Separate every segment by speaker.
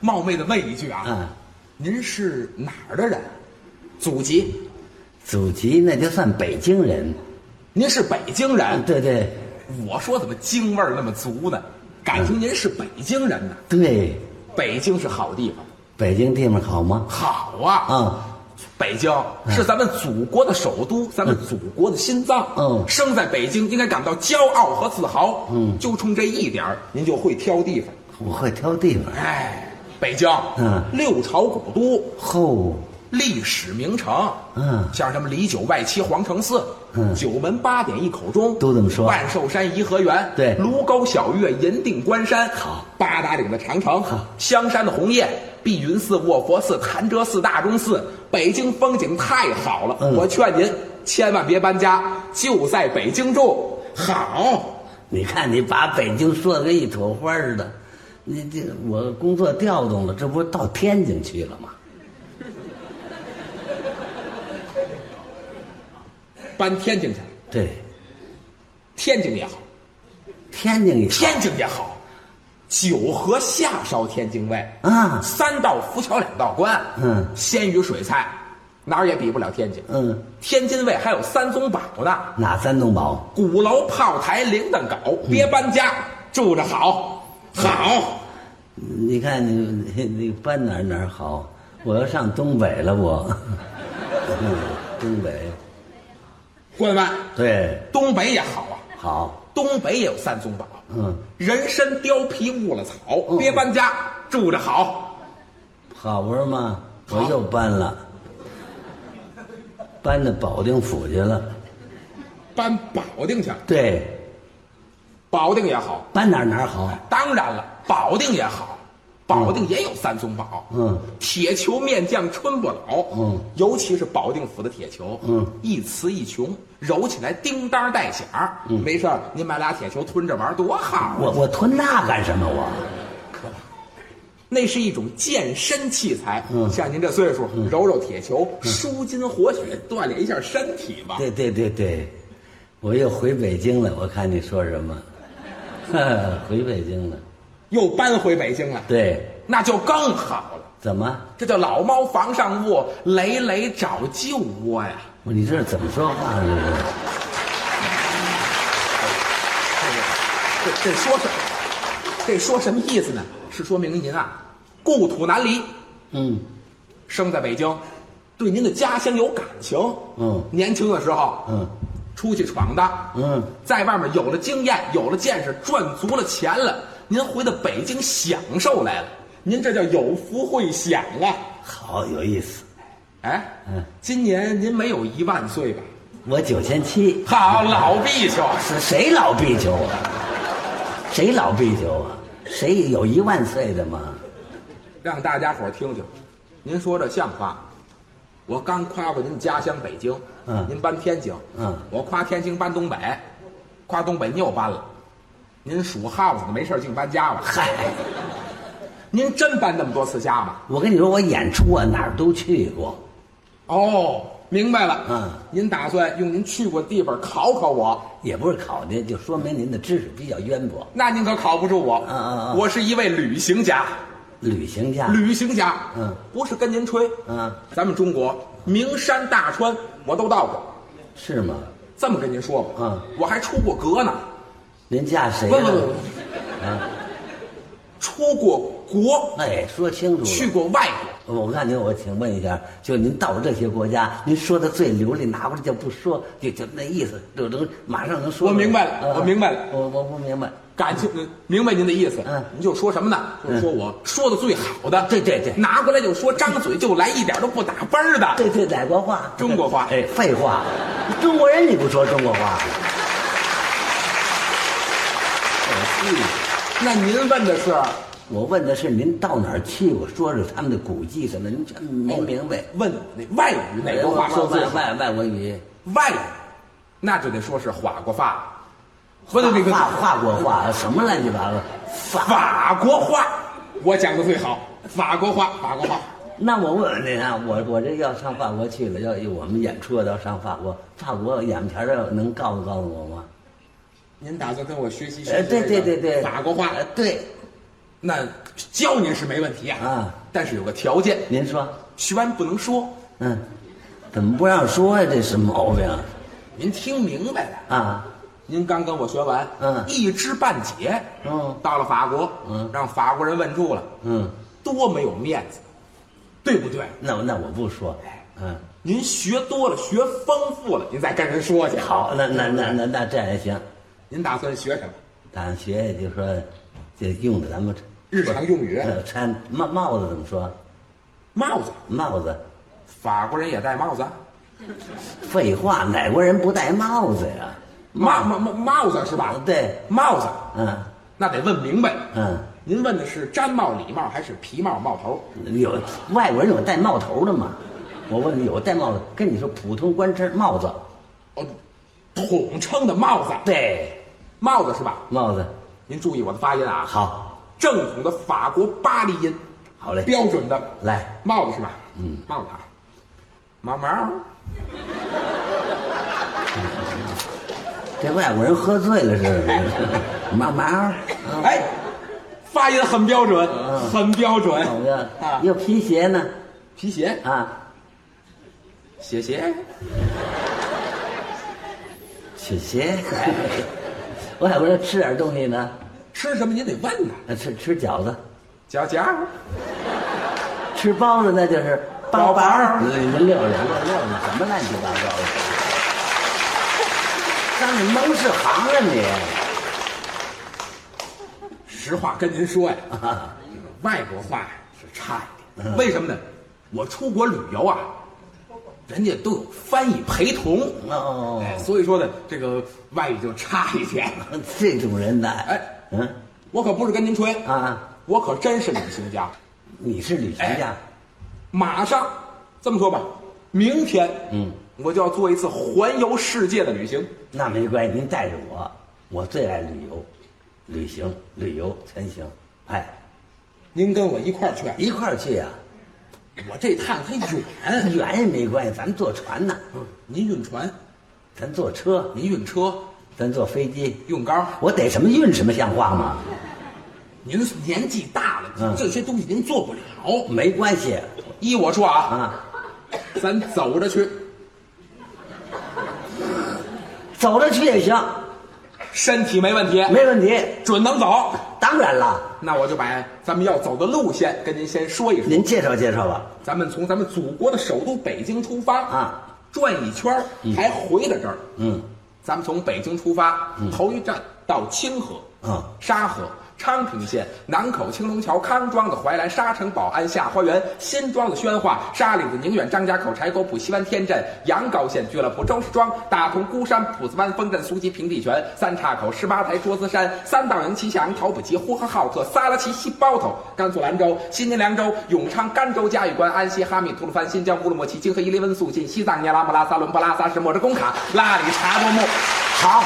Speaker 1: 冒昧的问一句啊，
Speaker 2: 嗯，
Speaker 1: 您是哪儿的人？祖籍？
Speaker 2: 祖籍那就算北京人。
Speaker 1: 您是北京人？
Speaker 2: 对对
Speaker 1: 我说怎么京味儿那么足呢？感情您是北京人呢？
Speaker 2: 对，
Speaker 1: 北京是好地方，
Speaker 2: 北京地方好吗？
Speaker 1: 好啊！
Speaker 2: 啊，
Speaker 1: 北京是咱们祖国的首都，咱们祖国的心脏。
Speaker 2: 嗯
Speaker 1: 生在北京应该感到骄傲和自豪。嗯，就冲这一点儿，您就会挑地方。
Speaker 2: 我会挑地方。
Speaker 1: 哎，北京，
Speaker 2: 嗯
Speaker 1: 六朝古都，
Speaker 2: 后
Speaker 1: 历史名城，
Speaker 2: 嗯
Speaker 1: 像什么里九外七皇城寺，
Speaker 2: 嗯
Speaker 1: 九门八点一口钟，
Speaker 2: 都这么说
Speaker 1: 万寿山颐和园，
Speaker 2: 对
Speaker 1: 卢沟晓月银锭关山，
Speaker 2: 好，
Speaker 1: 八达岭的长城，
Speaker 2: 好
Speaker 1: 香山的红叶，碧云寺、卧佛寺、潭柘寺、大钟寺，北京风景太好了，
Speaker 2: 嗯
Speaker 1: 我劝您千万别搬家，就在北京住，好。
Speaker 2: 你看你把北京说的跟一朵花似的，你这我工作调动了，这不是到天津去了吗？
Speaker 1: 搬天津去，
Speaker 2: 对，
Speaker 1: 天津也好，
Speaker 2: 天津也好
Speaker 1: 天津也好，九河下梢天津卫，
Speaker 2: 啊，
Speaker 1: 三道浮桥两道关，
Speaker 2: 嗯
Speaker 1: 鲜鱼水菜，哪儿也比不了天津。
Speaker 2: 嗯，
Speaker 1: 天津卫还有三宗宝呢，
Speaker 2: 哪三栋宝？
Speaker 1: 鼓楼、炮台、铃铛镐，
Speaker 2: 嗯
Speaker 1: 别搬家，住着好，好。
Speaker 2: 你看你你 你搬哪儿哪儿好？我要上东北了，我， 嗯，东北
Speaker 1: 关外，
Speaker 2: 对
Speaker 1: 东北也好啊，
Speaker 2: 好，
Speaker 1: 东北也有三宗宝，
Speaker 2: 嗯，
Speaker 1: 人参、貂皮、误了草，别搬家，住着好。
Speaker 2: 好不是吗？我
Speaker 1: 好
Speaker 2: 又搬了，搬到保定府去了。
Speaker 1: 搬保定去，
Speaker 2: 对，
Speaker 1: 保定也好，
Speaker 2: 搬哪儿哪儿好？
Speaker 1: 当然了，保定也好，保定也有三宗宝。
Speaker 2: 嗯，
Speaker 1: 铁球面酱春不老。
Speaker 2: 嗯，
Speaker 1: 尤其是保定府的铁球，
Speaker 2: 嗯，
Speaker 1: 一瓷一琼，揉起来叮当带响。嗯，没事儿，您买俩铁球吞着玩儿多好啊。
Speaker 2: 我我吞那干什么？我
Speaker 1: 那是一种健身器材。
Speaker 2: 嗯
Speaker 1: 像您这岁数，揉揉铁球，舒筋活血，锻炼一下身体吧。
Speaker 2: 对对对对，我又回北京了。我看你说什么， 回北京了。
Speaker 1: 又搬回北京了，
Speaker 2: 对，
Speaker 1: 那就更好了。
Speaker 2: 怎么？
Speaker 1: 这叫老猫房上卧，累累找旧窝呀。
Speaker 2: 你这是怎么说话呢？这是
Speaker 1: 这这说什这说什么意思呢？是说明您啊，故土难离，
Speaker 2: 嗯，
Speaker 1: 生在北京，对您的家乡有感情。
Speaker 2: 嗯
Speaker 1: 年轻的时候，
Speaker 2: 嗯，
Speaker 1: 出去闯荡，
Speaker 2: 嗯，
Speaker 1: 在外面有了经验，有了见识，赚足了钱了，您回到北京享受来了。您这叫有福会享啊！
Speaker 2: 好有意思。
Speaker 1: 哎，
Speaker 2: 嗯，
Speaker 1: 今年您没有一万岁吧？
Speaker 2: 我九千七，
Speaker 1: 好，老啊毕兄，
Speaker 2: 是谁老逼求啊？谁老逼求啊？谁有一万岁的吗？
Speaker 1: 让大家伙儿听听，您说这像话吗？我刚夸过您家乡北京，
Speaker 2: 嗯
Speaker 1: 您搬天津，
Speaker 2: 嗯
Speaker 1: 我夸天津搬东北，夸东北您又搬了，您数耗子的没事儿净搬家吧？
Speaker 2: 嗨，
Speaker 1: 您真搬那么多次家吗？
Speaker 2: 我跟你说，我演出啊哪儿都去过。
Speaker 1: 哦，明白了，
Speaker 2: 嗯，
Speaker 1: 您打算用您去过地方考考我？
Speaker 2: 也不是考您，就说明您的知识比较渊博。
Speaker 1: 那您可考不住我，
Speaker 2: 嗯嗯嗯
Speaker 1: 我是一位旅行家，
Speaker 2: 旅行家，
Speaker 1: 旅行家，
Speaker 2: 嗯，
Speaker 1: 不是跟您吹，
Speaker 2: 嗯，
Speaker 1: 咱们中国名山大川我都到过，
Speaker 2: 是吗？
Speaker 1: 这么跟您说吧，
Speaker 2: 嗯，哎
Speaker 1: 我还出过国呢，
Speaker 2: 您嫁谁
Speaker 1: 不
Speaker 2: 了？
Speaker 1: 不不不，
Speaker 2: 嗯
Speaker 1: 出过国，
Speaker 2: 哎，说清楚了。
Speaker 1: 去过外国，
Speaker 2: 我看您，我请问一下，就您到这些国家，您说的最流利，拿过来就不说，就就那意思，就能马上能说出来。
Speaker 1: 我明白了
Speaker 2: 嗯
Speaker 1: 我明白了。
Speaker 2: 我我不明白。
Speaker 1: 感情明白您的意思，
Speaker 2: 嗯
Speaker 1: 您就说什么呢？就是说我说的最好的，
Speaker 2: 对对对
Speaker 1: 拿过来就说，张嘴就来，一点都不打啵儿的。
Speaker 2: 对对，哪国话？
Speaker 1: 中国话
Speaker 2: 哎，废话，中国人你不说中国话？
Speaker 1: 那您问的是，
Speaker 2: 我问的是您到哪儿去过，说说他们的古迹什么的，您全没明白。
Speaker 1: 问我那外语哪国话
Speaker 2: 说
Speaker 1: 说最
Speaker 2: 哎外
Speaker 1: 好？
Speaker 2: 外外国语？
Speaker 1: 外语，那就得说是法国话，不对，那个
Speaker 2: 画画国话什么乱七八糟？法。
Speaker 1: 法国话，我讲的最好，法国话，法国话。
Speaker 2: 那我问问您啊，我我这要上法国去了，要我们演出要上法国，法国眼前的能告诉告诉我吗？
Speaker 1: 您打算跟我学习学习、
Speaker 2: 呃呃，对对对对，
Speaker 1: 法国话，
Speaker 2: 呃对，
Speaker 1: 那教您是没问题啊，
Speaker 2: 啊
Speaker 1: 但是有个条件，
Speaker 2: 您说，
Speaker 1: 学完不能说，
Speaker 2: 嗯，怎么不让说呀、这什么毛病啊
Speaker 1: 您听明白了。
Speaker 2: 啊？
Speaker 1: 您刚跟我学完，
Speaker 2: 嗯
Speaker 1: 一知半解，
Speaker 2: 嗯
Speaker 1: 到了法国，
Speaker 2: 嗯
Speaker 1: 让法国人问住了，
Speaker 2: 嗯，
Speaker 1: 多没有面子，对不对？
Speaker 2: 那我那我不说，嗯，
Speaker 1: 您学多了，学丰富了，您再跟人说去。，
Speaker 2: 好，那那那那那这样也行，
Speaker 1: 您打算学什么？
Speaker 2: 打算学就说，这用的咱们
Speaker 1: 日常用语，
Speaker 2: 呃穿帽帽子怎么说？
Speaker 1: 帽子，
Speaker 2: 帽子，
Speaker 1: 法国人也戴帽子啊，
Speaker 2: 废话，哪国人不戴帽子呀？
Speaker 1: 帽帽帽帽子是吧？
Speaker 2: 对，
Speaker 1: 帽子，
Speaker 2: 嗯
Speaker 1: 那得问明白了。
Speaker 2: 嗯，
Speaker 1: 您问的是毡帽、礼帽还是皮帽、帽头？
Speaker 2: 有外国人有戴帽头的吗？我问你，有戴帽子，跟你说普通官车帽子，
Speaker 1: 哦，统称的帽子，
Speaker 2: 对，
Speaker 1: 帽子是吧？
Speaker 2: 帽子，
Speaker 1: 您注意我的发音啊，
Speaker 2: 好，
Speaker 1: 正统的法国巴黎音，
Speaker 2: 好嘞，
Speaker 1: 标准的
Speaker 2: 来，
Speaker 1: 帽子是吧？嗯，帽子啊，毛毛，
Speaker 2: 这外国人喝醉了是不是？毛毛，嗯
Speaker 1: 哎，发音很标准，很标准
Speaker 2: 怎么
Speaker 1: 啊
Speaker 2: 样？有皮鞋呢？
Speaker 1: 皮鞋，
Speaker 2: 啊，
Speaker 1: 鞋鞋，
Speaker 2: 皮鞋，外国人吃点东西呢，
Speaker 1: 吃什么您得问呐，
Speaker 2: 呃吃吃饺子，
Speaker 1: 脚夹，
Speaker 2: 吃包子那就是包
Speaker 1: 包
Speaker 2: 包
Speaker 1: 包
Speaker 2: 儿，你们六六六六，什么乱七八糟的？当你谋是行啊你！
Speaker 1: 实话跟您说呀，
Speaker 2: 啊
Speaker 1: 外国话呀是差一
Speaker 2: 嗯
Speaker 1: 点，为什么呢？我出国旅游啊，人家都有翻译陪同，
Speaker 2: 哦，嗯
Speaker 1: 哎，所以说呢，这个外语就差一点。
Speaker 2: 这种人呐，
Speaker 1: 哎
Speaker 2: 嗯
Speaker 1: 我可不是跟您吹，
Speaker 2: 啊，
Speaker 1: 我可真是旅行家。
Speaker 2: 你是旅行家，
Speaker 1: 马上，这么说吧，明天，嗯，我就要做一次环游世界的旅行。
Speaker 2: 那没关系，您带着我，我最爱旅游，旅行旅游全行，哎，
Speaker 1: 您跟我一块儿去，
Speaker 2: 一块儿去呀、
Speaker 1: 我这趟它远，
Speaker 2: 远也没关系，咱们坐船呐，
Speaker 1: 您运船，
Speaker 2: 咱坐车，
Speaker 1: 您运车，
Speaker 2: 咱坐飞机，
Speaker 1: 用杆儿
Speaker 2: 我逮什么运什么像话吗？
Speaker 1: 您年纪大了，
Speaker 2: 嗯
Speaker 1: 这些东西您做不了。
Speaker 2: 没关系
Speaker 1: 依我说啊，
Speaker 2: 啊，
Speaker 1: 咱走着去，
Speaker 2: 走着去也行，
Speaker 1: 身体没问题，
Speaker 2: 没问题。
Speaker 1: 准能走。
Speaker 2: 当然了，
Speaker 1: 那我就把咱们要走的路线跟您先说一说。
Speaker 2: 您介绍介绍吧。
Speaker 1: 咱们从咱们祖国的首都北京出发
Speaker 2: 啊，
Speaker 1: 转一圈儿还回到这儿。
Speaker 2: 嗯，
Speaker 1: 咱们从北京出发，头一站到清河，
Speaker 2: 嗯
Speaker 1: 沙河、昌平县、南口、青龙桥、康庄子、怀来、沙城、宝安、下花园、新庄子、宣化、沙岭子、宁远、张家口、柴沟浦、西湾、天镇、阳高县、俱乐部、周市庄、大同、孤山、浦子湾、丰镇、苏集、平地泉、三岔口、十八台、桌子山、三道营、齐祥、陶普集、呼和浩特、撒拉齐、西包头、甘肃兰州、新宁凉州、永昌、甘州、嘉峪关、安西、哈密、吐鲁番、新疆乌鲁木齐、泾河、伊犁、温宿晋、西藏、聂拉、穆拉萨、伦布拉萨什、莫什工卡、拉里、察木木。
Speaker 2: 好，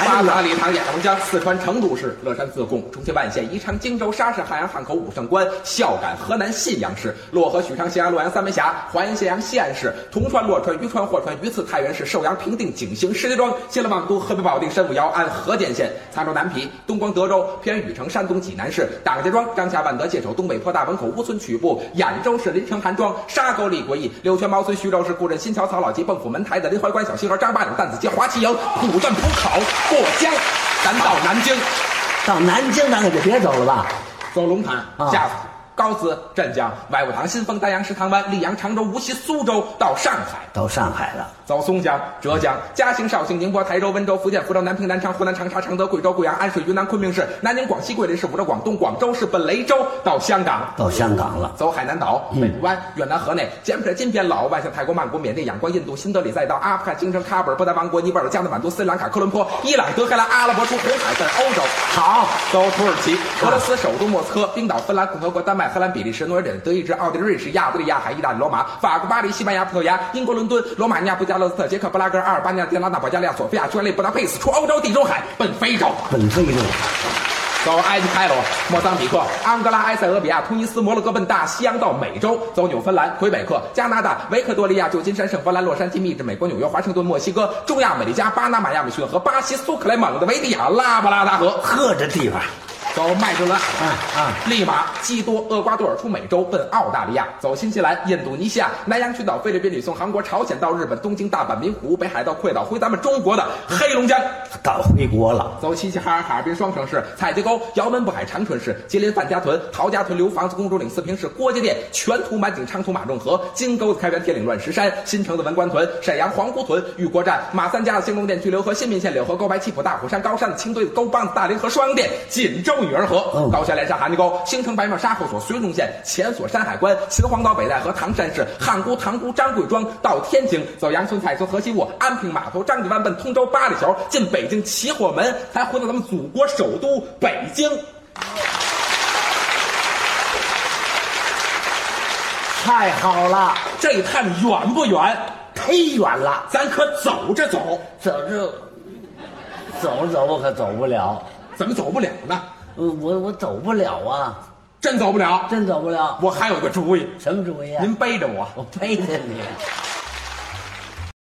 Speaker 2: 哎
Speaker 1: 八达礼堂、雅龙江、四川成都市、乐山自贡、重庆万县、宜昌、荆州、沙市、汉阳、汉口、武胜关、孝感、河南信阳市、漯河、许昌、咸阳、洛阳、三门峡、华阴、咸阳、西安市、铜川、洛川、榆川、霍川、榆次、太原市、寿阳、平定、景兴、石家庄、新乐望都、河北保定、申武姚、安河间县、沧州南皮、东光德州、偏远禹城、山东济南市、党家庄、张家万德、界首、东北坡、大门口、乌村曲阜、兖州市、临城、韩庄、沙沟、立国驿、柳泉、毛村、徐州市、固镇、新桥、曹老集、蚌埠、门台子、临淮关、小西河、张八岭、担子街、华旗营、古镇浦口、过江，咱到南京，
Speaker 2: 到南京咱可就别走了吧。
Speaker 1: 走龙潭、
Speaker 2: 啊
Speaker 1: 下府、高淄、镇江、外务堂、新丰、丹阳、石塘湾、溧阳、常州、无锡、苏州，到上海。
Speaker 2: 到上海了，
Speaker 1: 走松江、浙江、嘉兴、绍兴、宁波、台州、温州、福建福州、南平、南昌、湖南长沙、常德、贵州、贵阳、安顺、云南昆明市、南宁、广西桂林市、五洲、广东广州市、本雷州到香港。
Speaker 2: 到香港了，
Speaker 1: 走海南岛、
Speaker 2: 嗯
Speaker 1: 北部湾、越南河内、柬埔寨、金边、老挝、万象、泰国、曼谷、缅甸、仰光、印度、新德里，再到阿富汗、京城、喀布尔、不丹王国、尼泊尔、加德满都、斯里兰卡、科伦坡、伊朗、德黑兰、阿拉伯出红海奔欧洲。
Speaker 2: 好，
Speaker 1: 走土耳其、俄罗斯首都莫斯科、冰岛、芬兰共和国、丹麦、荷兰、比利时、挪威、德意志、奥地利、瑞士、亚得里亚海、意大利罗马、法国巴黎、西班牙葡萄牙、英国伦敦、罗马尼亚布加勒斯特、捷克布拉格、阿尔巴尼亚、迪拉纳、保加利亚、索菲亚、匈牙利、布达佩斯，出欧洲地中海奔非洲。
Speaker 2: 奔非洲，
Speaker 1: 走埃及、开罗、莫桑比克、安哥拉、埃塞俄比亚、突尼斯、摩洛哥奔大西洋到美洲，走纽芬兰、魁北克、加拿大、维克多利亚、旧金山、圣弗兰、洛杉矶、密至美国纽约、华盛顿、墨西哥、中亚美利加、巴拿马、亚马逊河、巴西、苏克莱、蒙德维利亚、拉布拉达河。
Speaker 2: 呵，这地方
Speaker 1: 走麦哲伦，
Speaker 2: 啊啊
Speaker 1: 立马击多厄瓜多尔出美洲，奔澳大利亚，走新西兰、印度尼西亚、南洋群岛、菲律宾、吕宋、韩国、朝鲜到日本东京、大阪、名古屋、北海道、贵岛，回咱们中国的黑龙江。
Speaker 2: 赶回国了。
Speaker 1: 走齐齐哈尔、哈尔滨双城市、采集沟、姚门不海、长春市、吉林范家屯、陶家屯、刘房子、公主岭、四平市、郭家店、全图满井、昌图马仲河、金沟子、开元、铁岭、乱石山、新城子、文官屯、沈阳黄姑屯、玉国站、马三家子、兴隆店、巨流河、新民县、柳河、沟白、七浦、大虎山、高山子、青堆子、沟帮子、大凌河、双阳店、锦州女儿河、
Speaker 2: 嗯
Speaker 1: 高悬连山、韩泥沟、兴城白庙、沙后所、绥中县、前所、山海关、秦皇岛北戴河、唐山市、汉沽、塘沽、张贵庄到天津，走杨村、蔡村、河西务、安平码头、张家湾奔通州八里桥，进北京齐火门，才回到咱们祖国首都北京。
Speaker 2: 太好了，
Speaker 1: 这一趟远不远？
Speaker 2: 忒远了，
Speaker 1: 咱可走着走，
Speaker 2: 走着走着走我可走不了，
Speaker 1: 怎么走不了呢？
Speaker 2: 呃我我走不了啊，
Speaker 1: 真走不了。
Speaker 2: 真走不了。
Speaker 1: 我还有个主意，
Speaker 2: 什么主意啊？
Speaker 1: 您背着我。
Speaker 2: 我背着你，